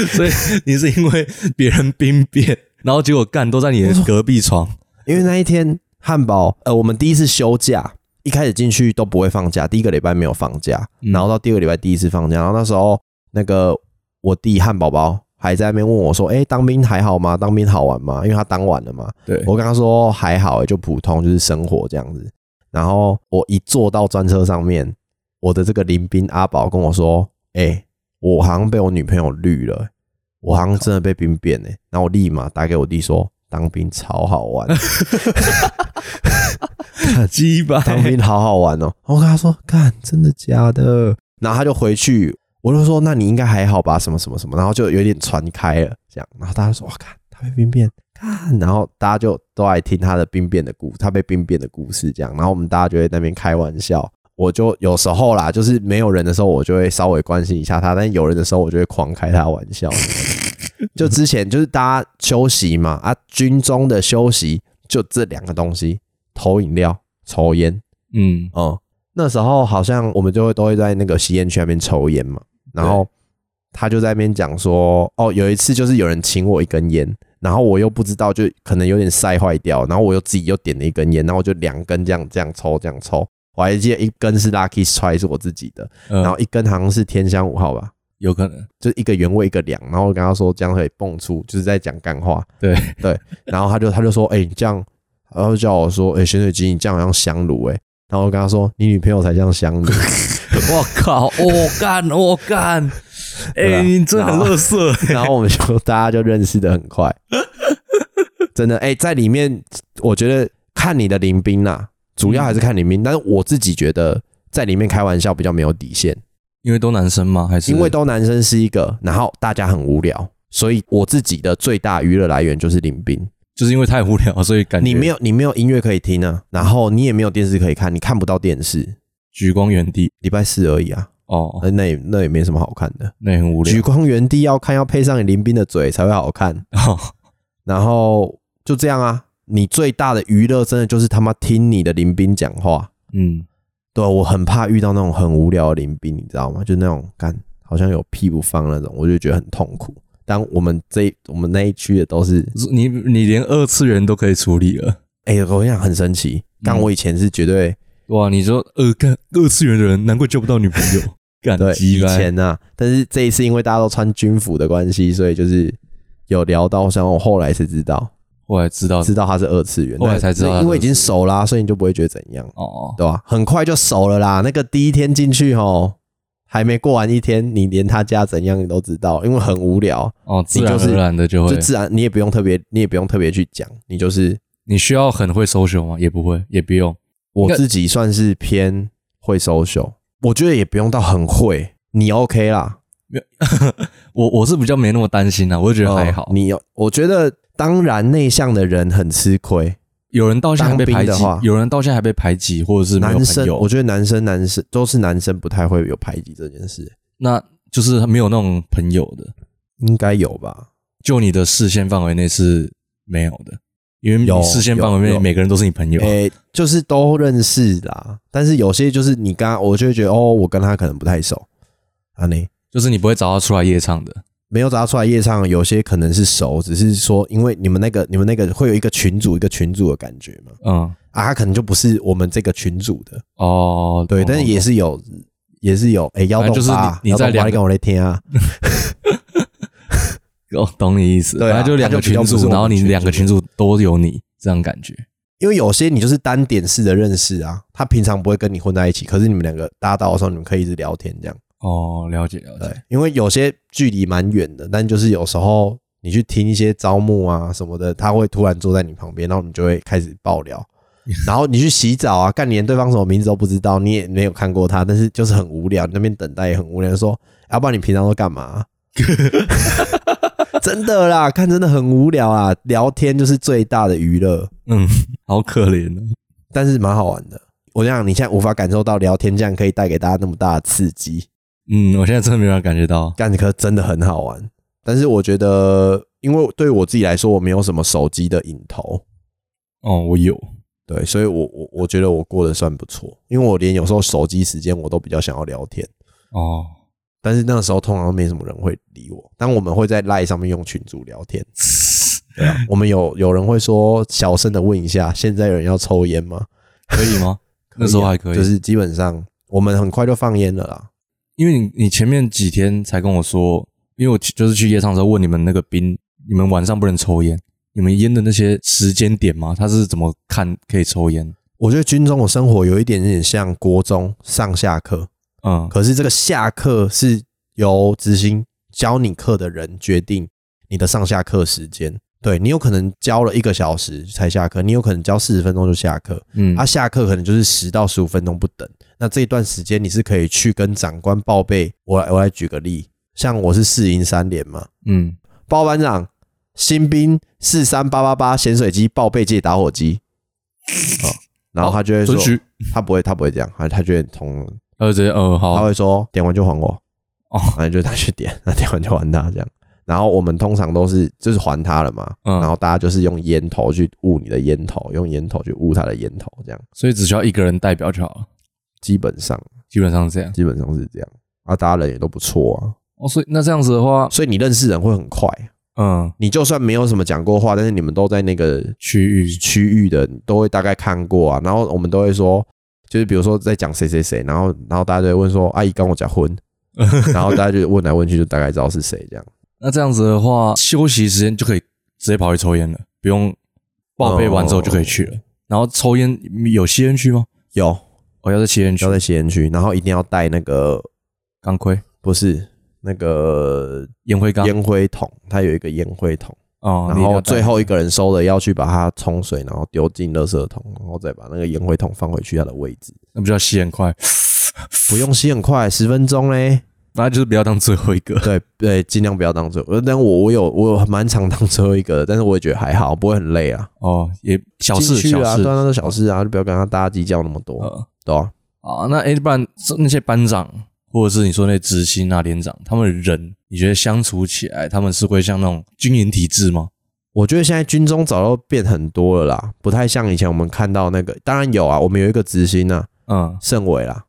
所以你是因为别人兵变，然后结果干都在你的隔壁床，因为那一天汉堡，呃，我们第一次休假，一开始进去都不会放假，第一个礼拜没有放假，嗯然后到第二个礼拜第一次放假，然后那时候那个我弟汉堡包还在那边问我说：“哎、当兵还好吗？当兵好玩吗？”因为他当晚了嘛，对我跟他说还好、欸，就普通，就是生活这样子。然后我一坐到专车上面，我的这个林兵阿宝跟我说：“哎、我好像被我女朋友绿了、我好像真的被兵变哎、然后我立马打给我弟说：“当兵超好玩，鸡巴当兵好好玩哦、然后我跟他说：“干，真的假的？”然后他就回去，我就说：“那你应该还好吧？什么什么什么？”然后就有点传开了这样。然后大家说：“哇，看他被兵变，看。”然后大家就都来听他的兵变的故，他被兵变的故事这样。然后我们大家就会在那边开玩笑。我就有时候啦，就是没有人的时候，我就会稍微关心一下他；但有人的时候，我就会狂开他玩笑。 就之前就是大家休息嘛，啊，军中的休息就这两个东西：投饮料、抽烟。嗯，嗯，那时候好像我们就会都会在那个吸烟区那边抽烟嘛，然后他就在那边讲说，哦，有一次就是有人请我一根烟，然后我又不知道，就可能有点晒坏掉，然后我又自己又点了一根烟，然后我就两根这样这样抽这样抽，我还记得一根是 Lucky Strike 是我自己的，呃然后一根好像是天香五号吧。有可能就一个原味一个凉，然后我跟他说这样可以蹦出，就是在讲干话，对对，然后他就他就说，哎、你这样，然后就叫我说，哎、咸水鸡，你这样好像香炉哎、然后我跟他说，你女朋友才像香 炉， 我靠，我干，我干，对啊哎，你真的很乐色，然后我们就大家就认识的很快，真的哎、在里面我觉得看你的林兵啦，主要还嗯是看林兵，但是我自己觉得在里面开玩笑比较没有底线，因为都男生吗？还是因为都男生是一个，然后大家很无聊，所以我自己的最大娱乐来源就是林兵。就是因为太无聊，所以感觉你没有有你没有音乐可以听啊，然后你也没有电视可以看，你看不到电视。举光原地礼拜四而已啊，哦，呃那也那也没什么好看的。那也很无举聊光原地要看，要配上你林斌的嘴才会好看。哦，然后就这样啊，你最大的娱乐真的就是他妈听你的林斌讲话。嗯，对啊、我很怕遇到那种很无聊的林斌，你知道吗？就那种干好像有屁不放那种，我就觉得很痛苦。但我们这一我们那一区的都是你你连二次元都可以处理了，哎、我跟你讲，很神奇。但嗯我以前是绝对哇，你说二干二次元的人，难怪交不到女朋友， 干对，鸡以掰前呐、啊，但是这一次因为大家都穿军服的关系，所以就是有聊到，像我后来才知道，后来知道知道他是二次元，后来哦才知道但他是是因为已经熟啦、所以你就不会觉得怎样，哦，对吧、很快就熟了啦。那个第一天进去吼，还没过完一天，你连他家怎样你都知道，因为很无聊，哦，自你然就是而然的就会就，自然你也不用特别，你也不用特别去讲，你就是你需要很会 social 吗？也不会，也不用，我自己算是偏会 social，我觉得也不用到很会，你 OK 啦，我我是比较没那么担心啊，我就觉得还好哦。你有，我觉得当然内向的人很吃亏，有人到现在还被排当兵的挤话，有人到现在还被排挤，或者是没有男朋生友我，觉得男生男生都是男生不太会有排挤这件事，那就是没有那种朋友的，应该有吧？就你的视线范围内是没有的，因为有你视线范围有内有每个人都是你朋友。诶、就是都认识啦，但是有些就是你刚，我就会觉得哦，我跟他可能不太熟啊你。就是你不会找他出来夜唱的。没有找他出来夜唱，有些可能是熟，只是说因为你们那个你们那个会有一个群组一个群组的感觉嘛，嗯，啊，他可能就不是我们这个群组的，哦，对，但是也是是有，也是有，哎、幺反幺洞正就是八你你幺在洞八两你跟我来听啊，哦，懂你意思。对啊反正就两个群他就比较不是组，我们然后你群组两个群组都有你，这样感觉。因为有些你就是单点式的认识啊，他平常不会跟你混在一起，可是你们两个搭到的时候，你们可以一直聊天这样。哦，了解了对解。，因为有些距离蛮远的，但就是有时候你去听一些招募啊什么的，他会突然坐在你旁边，然后你就会开始爆聊。然后你去洗澡啊，干你连对方什么名字都不知道，你也没有看过他，但是就是很无聊，你那边等待也很无聊。说，要、不然你平常都干嘛、真的啦，看真的很无聊啊，聊天就是最大的娱乐。嗯，好可怜哦。但是蛮好玩的。我想你现在无法感受到聊天这样可以带给大家那么大的刺激，嗯，我现在真的没有感觉到。干可真的很好玩。但是我觉得，因为对我自己来说，我没有什么手机的瘾头，哦，我有。对，所以我我我觉得我过得算不错，因为我连有时候手机时间我都比较想要聊天，哦， 但是那个时候通常都没什么人会理我。但我们会在 LINE 上面用群组聊天，对 啊，我们有有人会说小声的问一下，现在有人要抽烟吗？可以吗？可以啊那时候还可以，就是基本上我们很快就放烟了啦，因为你你前面几天才跟我说，因为我去就是去夜唱的时候问你们那个兵，你们晚上不能抽烟，你们烟的那些时间点吗？他是怎么看可以抽烟？我觉得军中的生活有一点点像国中上下课，嗯，可是这个下课是由执行教你课的人决定你的上下课时间。对你有可能教了一个小时才下课，你有可能教四十分钟就下课，嗯啊，下课可能就是十到十五分钟不等。那这一段时间你是可以去跟长官报备。我来我来举个例，像我是四营三连嘛，嗯，包班长新兵四三八八八咸水鸡报备借打火机，好、然后他就会说准许，他不会，他不会这样，他他就会从呃，直接呃他好，会说点完就还我，哦然后就他去点， 那点完就还他这样。然后我们通常都是就是还他了嘛，嗯然后大家就是用烟头去捂你的烟头，用烟头去捂他的烟头，这样所以只需要一个人代表就好了，基本上基本上是这样。基本上是这样。啊，大家人也都不错啊，哦，所以那这样子的话，所以你认识人会很快。嗯，你就算没有什么讲过话，但是你们都在那个区域区域的都会大概看过啊，然后我们都会说，就是比如说在讲谁谁谁，然后然后大家就会问说阿姨跟我结 婚，然后大家就问来问去，就大概知道是谁这样。那这样子的话，休息时间就可以直接跑去抽烟了，不用报备完之后就可以去哦了。然后抽烟有吸烟区吗？有哦，要在吸烟区要，在吸烟区，然后一定要带那个钢盔、不是那个烟灰缸烟灰桶，它有一个烟灰桶，哦，然你一定后要带最后一个人收了要去把它冲水，然后丢进垃圾桶，然后再把那个烟灰桶放回去它的位置。那不叫吸烟快，不用吸很快，十分钟 嘞。反正就是不要当最后一个。对对，尽量不要当最后。呃但我我有我有蛮常当最后一个的，但是我也觉得还好，不会很累啊。哦，也小事进去小啊，事对啊，那都小事啊，就不要跟他大家计较那么多，呃对啊？啊，那诶，不然那些班长或者是你说那执行啊、连长，他们人，你觉得相处起来，他们是会像那种军营体制吗？我觉得现在军中早都变很多了啦，不太像以前我们看到那个。当然有啊，我们有一个执行啊，嗯，盛伟啦，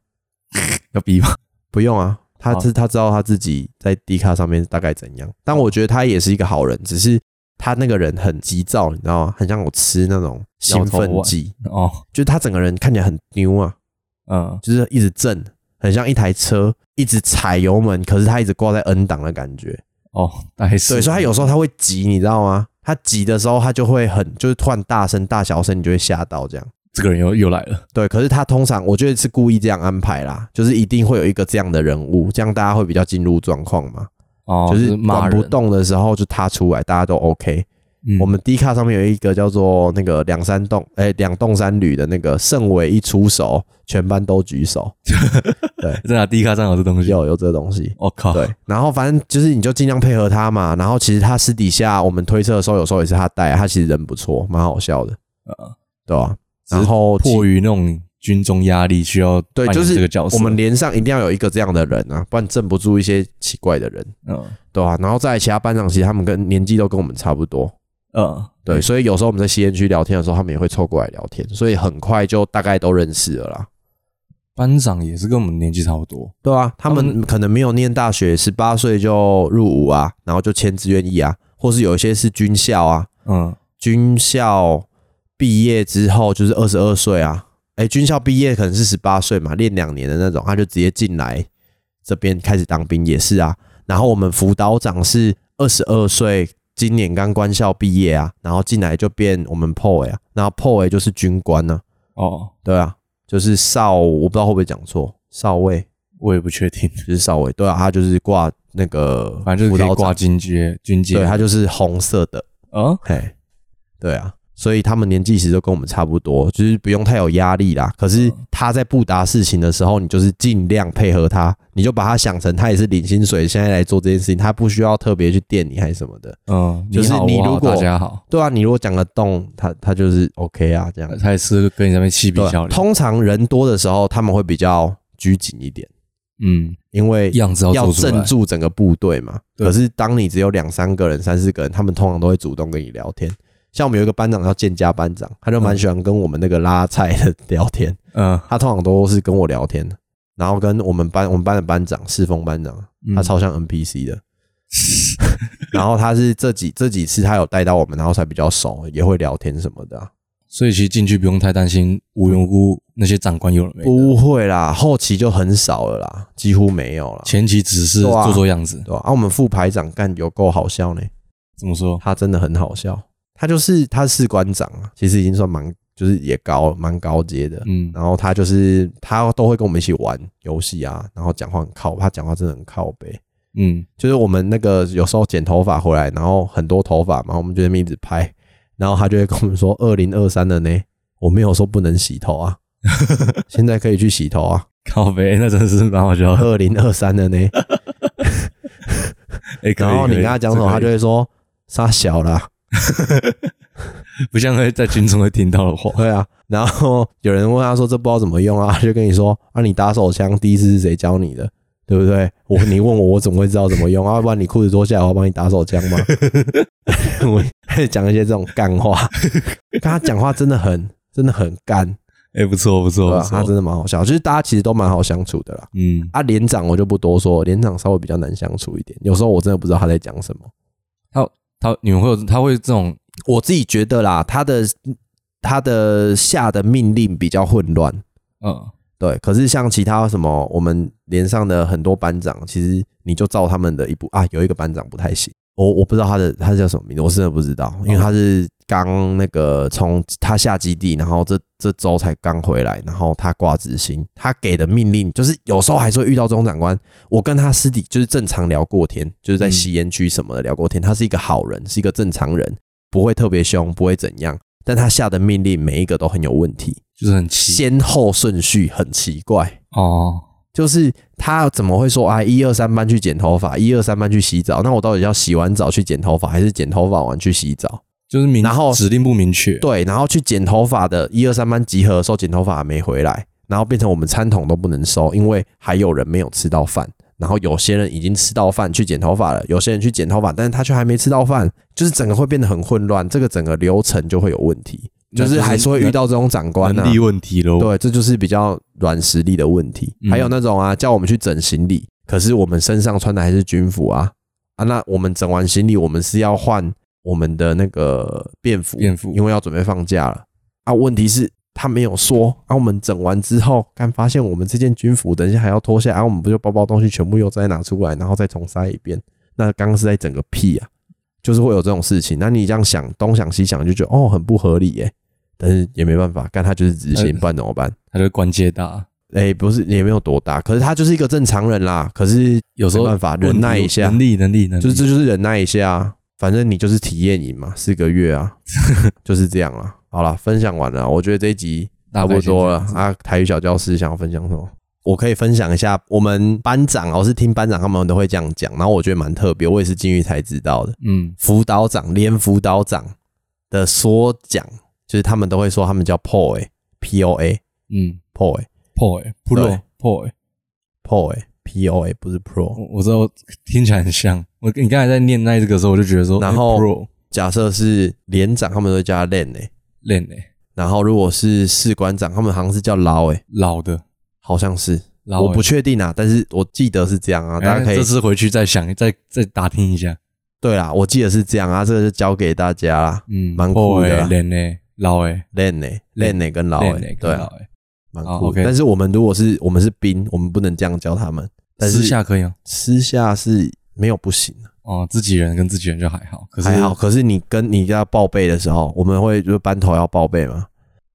要逼吗？不用啊，他好知他知道他自己在 D 卡上面大概怎样，但我觉得他也是一个好人，只是他那个人很急躁，你知道吗？很像我吃那种兴摇头奋丸剂，哦，就是他整个人看起来很丢啊，嗯，就是一直震，很像一台车一直踩油门，可是它一直挂在 N 档的感觉。哦，大概是，对，所以它有时候它会急，你知道吗？它急的时候，它就会很就是突然大声大小声，你就会吓到这样。这个人又又来了，对，可是他通常我觉得是故意这样安排啦，就是一定会有一个这样的人物，这样大家会比较进入状况嘛。哦，就是骂管不人，动的时候就他出来，大家都 OK。嗯我们 D 卡上面有一个叫做那个两三栋，哎、两栋三旅的那个盛伟一出手，全班都举手，在哪第一咖站有这东西，有有这东西。我靠，对，然后反正就是你就尽量配合他嘛。然后其实他私底下我们推测的时候，有时候也是他带，啊他其实人不错，蛮好笑的，呃，对吧、只是然后其迫于那种军中压力，需要对，扮就演是这个角色，我们连上一定要有一个这样的人啊，不然镇不住一些奇怪的人，嗯对吧、然后再来其他班长，其实他们跟年纪都跟我们差不多，嗯，对，所以有时候我们在吸烟区聊天的时候，他们也会凑过来聊天，所以很快就大概都认识了啦。班长也是跟我们年纪差不多，对啊，他们可能没有念大学，十八岁就入伍啊，然后就签志愿役啊，或是有一些是军校啊，嗯，军校毕业之后就是二十二岁啊，哎、军校毕业可能是十八岁嘛，练两年的那种，他就直接进来这边开始当兵也是啊。然后我们辅导长是二十二岁，今年刚官校毕业啊，然后进来就变我们 POE 啊，然后 POE 就是军官呢、啊，哦，对啊，就是少，我不知道会不会讲错，少尉我也不确定，就是少尉，对啊，他就是挂那个反正就辅是可导以挂长，军阶，军阶，对他就是红色的，啊，嘿，对啊，所以他们年纪其实都跟我们差不多，就是不用太有压力啦。可是他在不达事情的时候，你就是尽量配合他，你就把他想成他也是领薪水，现在来做这件事情，他不需要特别去垫你还是什么的。嗯，就是好你我好如果大家好，对啊，你如果讲得动，他他就是 OK 啊，这样。他也是跟你那边嬉皮对笑啊，脸，通常人多的时候，他们会比较拘谨一点，嗯，因为样子要要做出镇来，住整个部队嘛。对可是当你只有两三个人、三四个人，他们通常都会主动跟你聊天。像我们有一个班长叫建家班长，他就蛮喜欢跟我们那个拉菜的聊天， 嗯，他通常都是跟我聊天的，然后跟我们班我们班的班长世峰班长，嗯他超像 NPC 的。 然后他是这几这几次他有带到我们，然后才比较熟，也会聊天什么的啊、所以其实进去不用太担心无缘无故那些长官有了没的，不啊会啦，后期就很少了啦，几乎没有啦。前期只是对啊做做样子，对吧、啊？我们副排长干有够好笑呢。怎么说？他真的很好笑。他就是他是官长啊，其实已经算蛮就是也高蛮高阶的。嗯，然后他就是他都会跟我们一起玩游戏啊，然后讲话很靠，他讲话真的很靠背。嗯，就是我们那个有时候剪头发回来，然后很多头发嘛，我们就在那边一直拍，然后他就会跟我们说：“二零二三了呢，我没有说不能洗头 啊，现在可以去洗头啊，靠北，那真的是蛮 好笑的。二零二三了呢。”哎， 可以然后你跟他讲什么，他就可以会说：“傻小啦。”这可以不像会在军中会听到的话。 对啊，然后有人问他说这不知道怎么用啊， 他就跟你说啊，你打手枪第一次是谁教你的，对不对？我你问我，我怎么会知道怎么用啊？要不然你裤子脱下来，我要帮你打手枪吗？我 讲一些这种干话，跟他讲话真的很真的很干，哎，不错不对错吧、不他错，真的蛮好笑，就是大家其实都蛮好相处的啦。嗯，啊，连长我就不多说，连长稍微比较难相处一点，有时候我真的不知道他在讲什么。他你们会有他会这种我自己觉得啦，他的他的下的命令比较混乱。嗯对，可是像其他什么，我们连上的很多班长，其实你就照他们的一步啊。有一个班长不太行，我我不知道他的他叫什么名字，我真的不知道，因为他是刚那个从他下基地，然后这这周才刚回来，然后他挂执行，他给的命令就是有时候还是会遇到这种长官。我跟他私底就是正常聊过天，就是在嗯吸烟区什么的聊过天，他是一个好人，是一个正常人，不会特别凶，不会怎样，但他下的命令每一个都很有问题。就是很奇先后顺序很奇怪，哦，就是他怎么会说啊一二三班去剪头发，一二三班去洗澡？那我到底要洗完澡去剪头发，还是剪头发完去洗澡？就是明然后指令不明确，对，然后去剪头发的一二三班集合的时候，剪头发还没回来，然后变成我们餐桶都不能收，因为还有人没有吃到饭。然后有些人已经吃到饭去剪头发了，有些人去剪头发，但是他却还没吃到饭，就是整个会变得很混乱，这个整个流程就会有问题，就那就是是还是会遇到这种长官、啊、能力问题喽。对，这就是比较软实力的问题。嗯还有那种啊，叫我们去整行李，可是我们身上穿的还是军服啊啊，那我们整完行李，我们是要换我们的那个便服，便服因为要准备放假了啊。问题是他没有说。啊，我们整完之后，刚发现我们这件军服等一下还要脱下来，啊，我们不就包包东西全部又再拿出来，然后再重塞一遍？那刚刚是在整个屁啊，就是会有这种事情。那你这样想东想西想，就觉得哦很不合理耶、但是也没办法，干他就是执行，嗯不然怎么办？他就关接大，哎、不是也没有多大，可是他就是一个正常人啦。可是有时候没办法忍耐一下能力能力能力，就是这就是忍耐一下、啊，反正你就是体验营嘛，四个月 啊，就是这样啊。好了，分享完了，我觉得这一集差不多了大概先这啊。台语小教师想要分享什么？我可以分享一下，我们班长，哦我是听班长他们都会这样讲，然后我觉得蛮特别，我也是进去才知道的。嗯，辅导长连辅导长的缩讲，就是他们都会说他们叫 POA，P O A 嗯欸 POA ，POE Pro POE， POA P O A 不是 Pro，我我知道听起来很像。我你刚才在念那这个的时候，我就觉得说，哎然后 Pro 假设是连长，他们都会叫他 Len 诶、练欸诶，然后如果是士官长，他们好像是叫劳诶、老的好像是，老我不欸确定啊，但是我记得是这样啊，大家哎可以这次回去再想再再打听一下。对啦，我记得是这样啊，这个就交给大家啦。嗯，蛮酷的啊练诶，老诶， Len 诶、Len 诶跟劳诶、练诶，对欸跟啊老，诶，蛮啊酷的。 ，OK 但是我们如果是我们是兵，我们不能这样教他们，但是私下可以啊。私下是没有不行的，哦，自己人跟自己人就还好，可是还好。可是你跟你要报备的时候，我们会就是班头要报备嘛，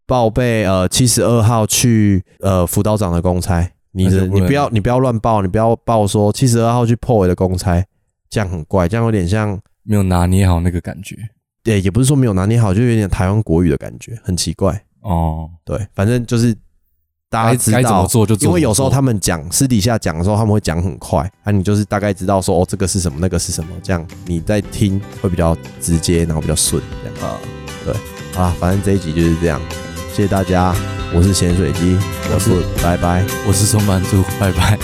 报备呃七十二号去呃辅导长的公差，你那的就不你能不要你不要乱报，你不要报说七十二号去破尾的公差，这样很怪，这样有点像。没有拿捏好那个感觉。对，也不是说没有拿捏好，就有点台湾国语的感觉，很奇怪。哦，对，反正就是大家该知该怎道么做就怎么因为有时候做他们讲私底下讲的时候，他们会讲很快，啊，你就是大概知道说哦，这个是什么，那个是什么，这样你在听会比较直接，然后比较顺，这样啊，好啦，反正这一集就是这样，谢谢大家，我是咸水鸡，我是，拜拜。我是松板猪，拜拜。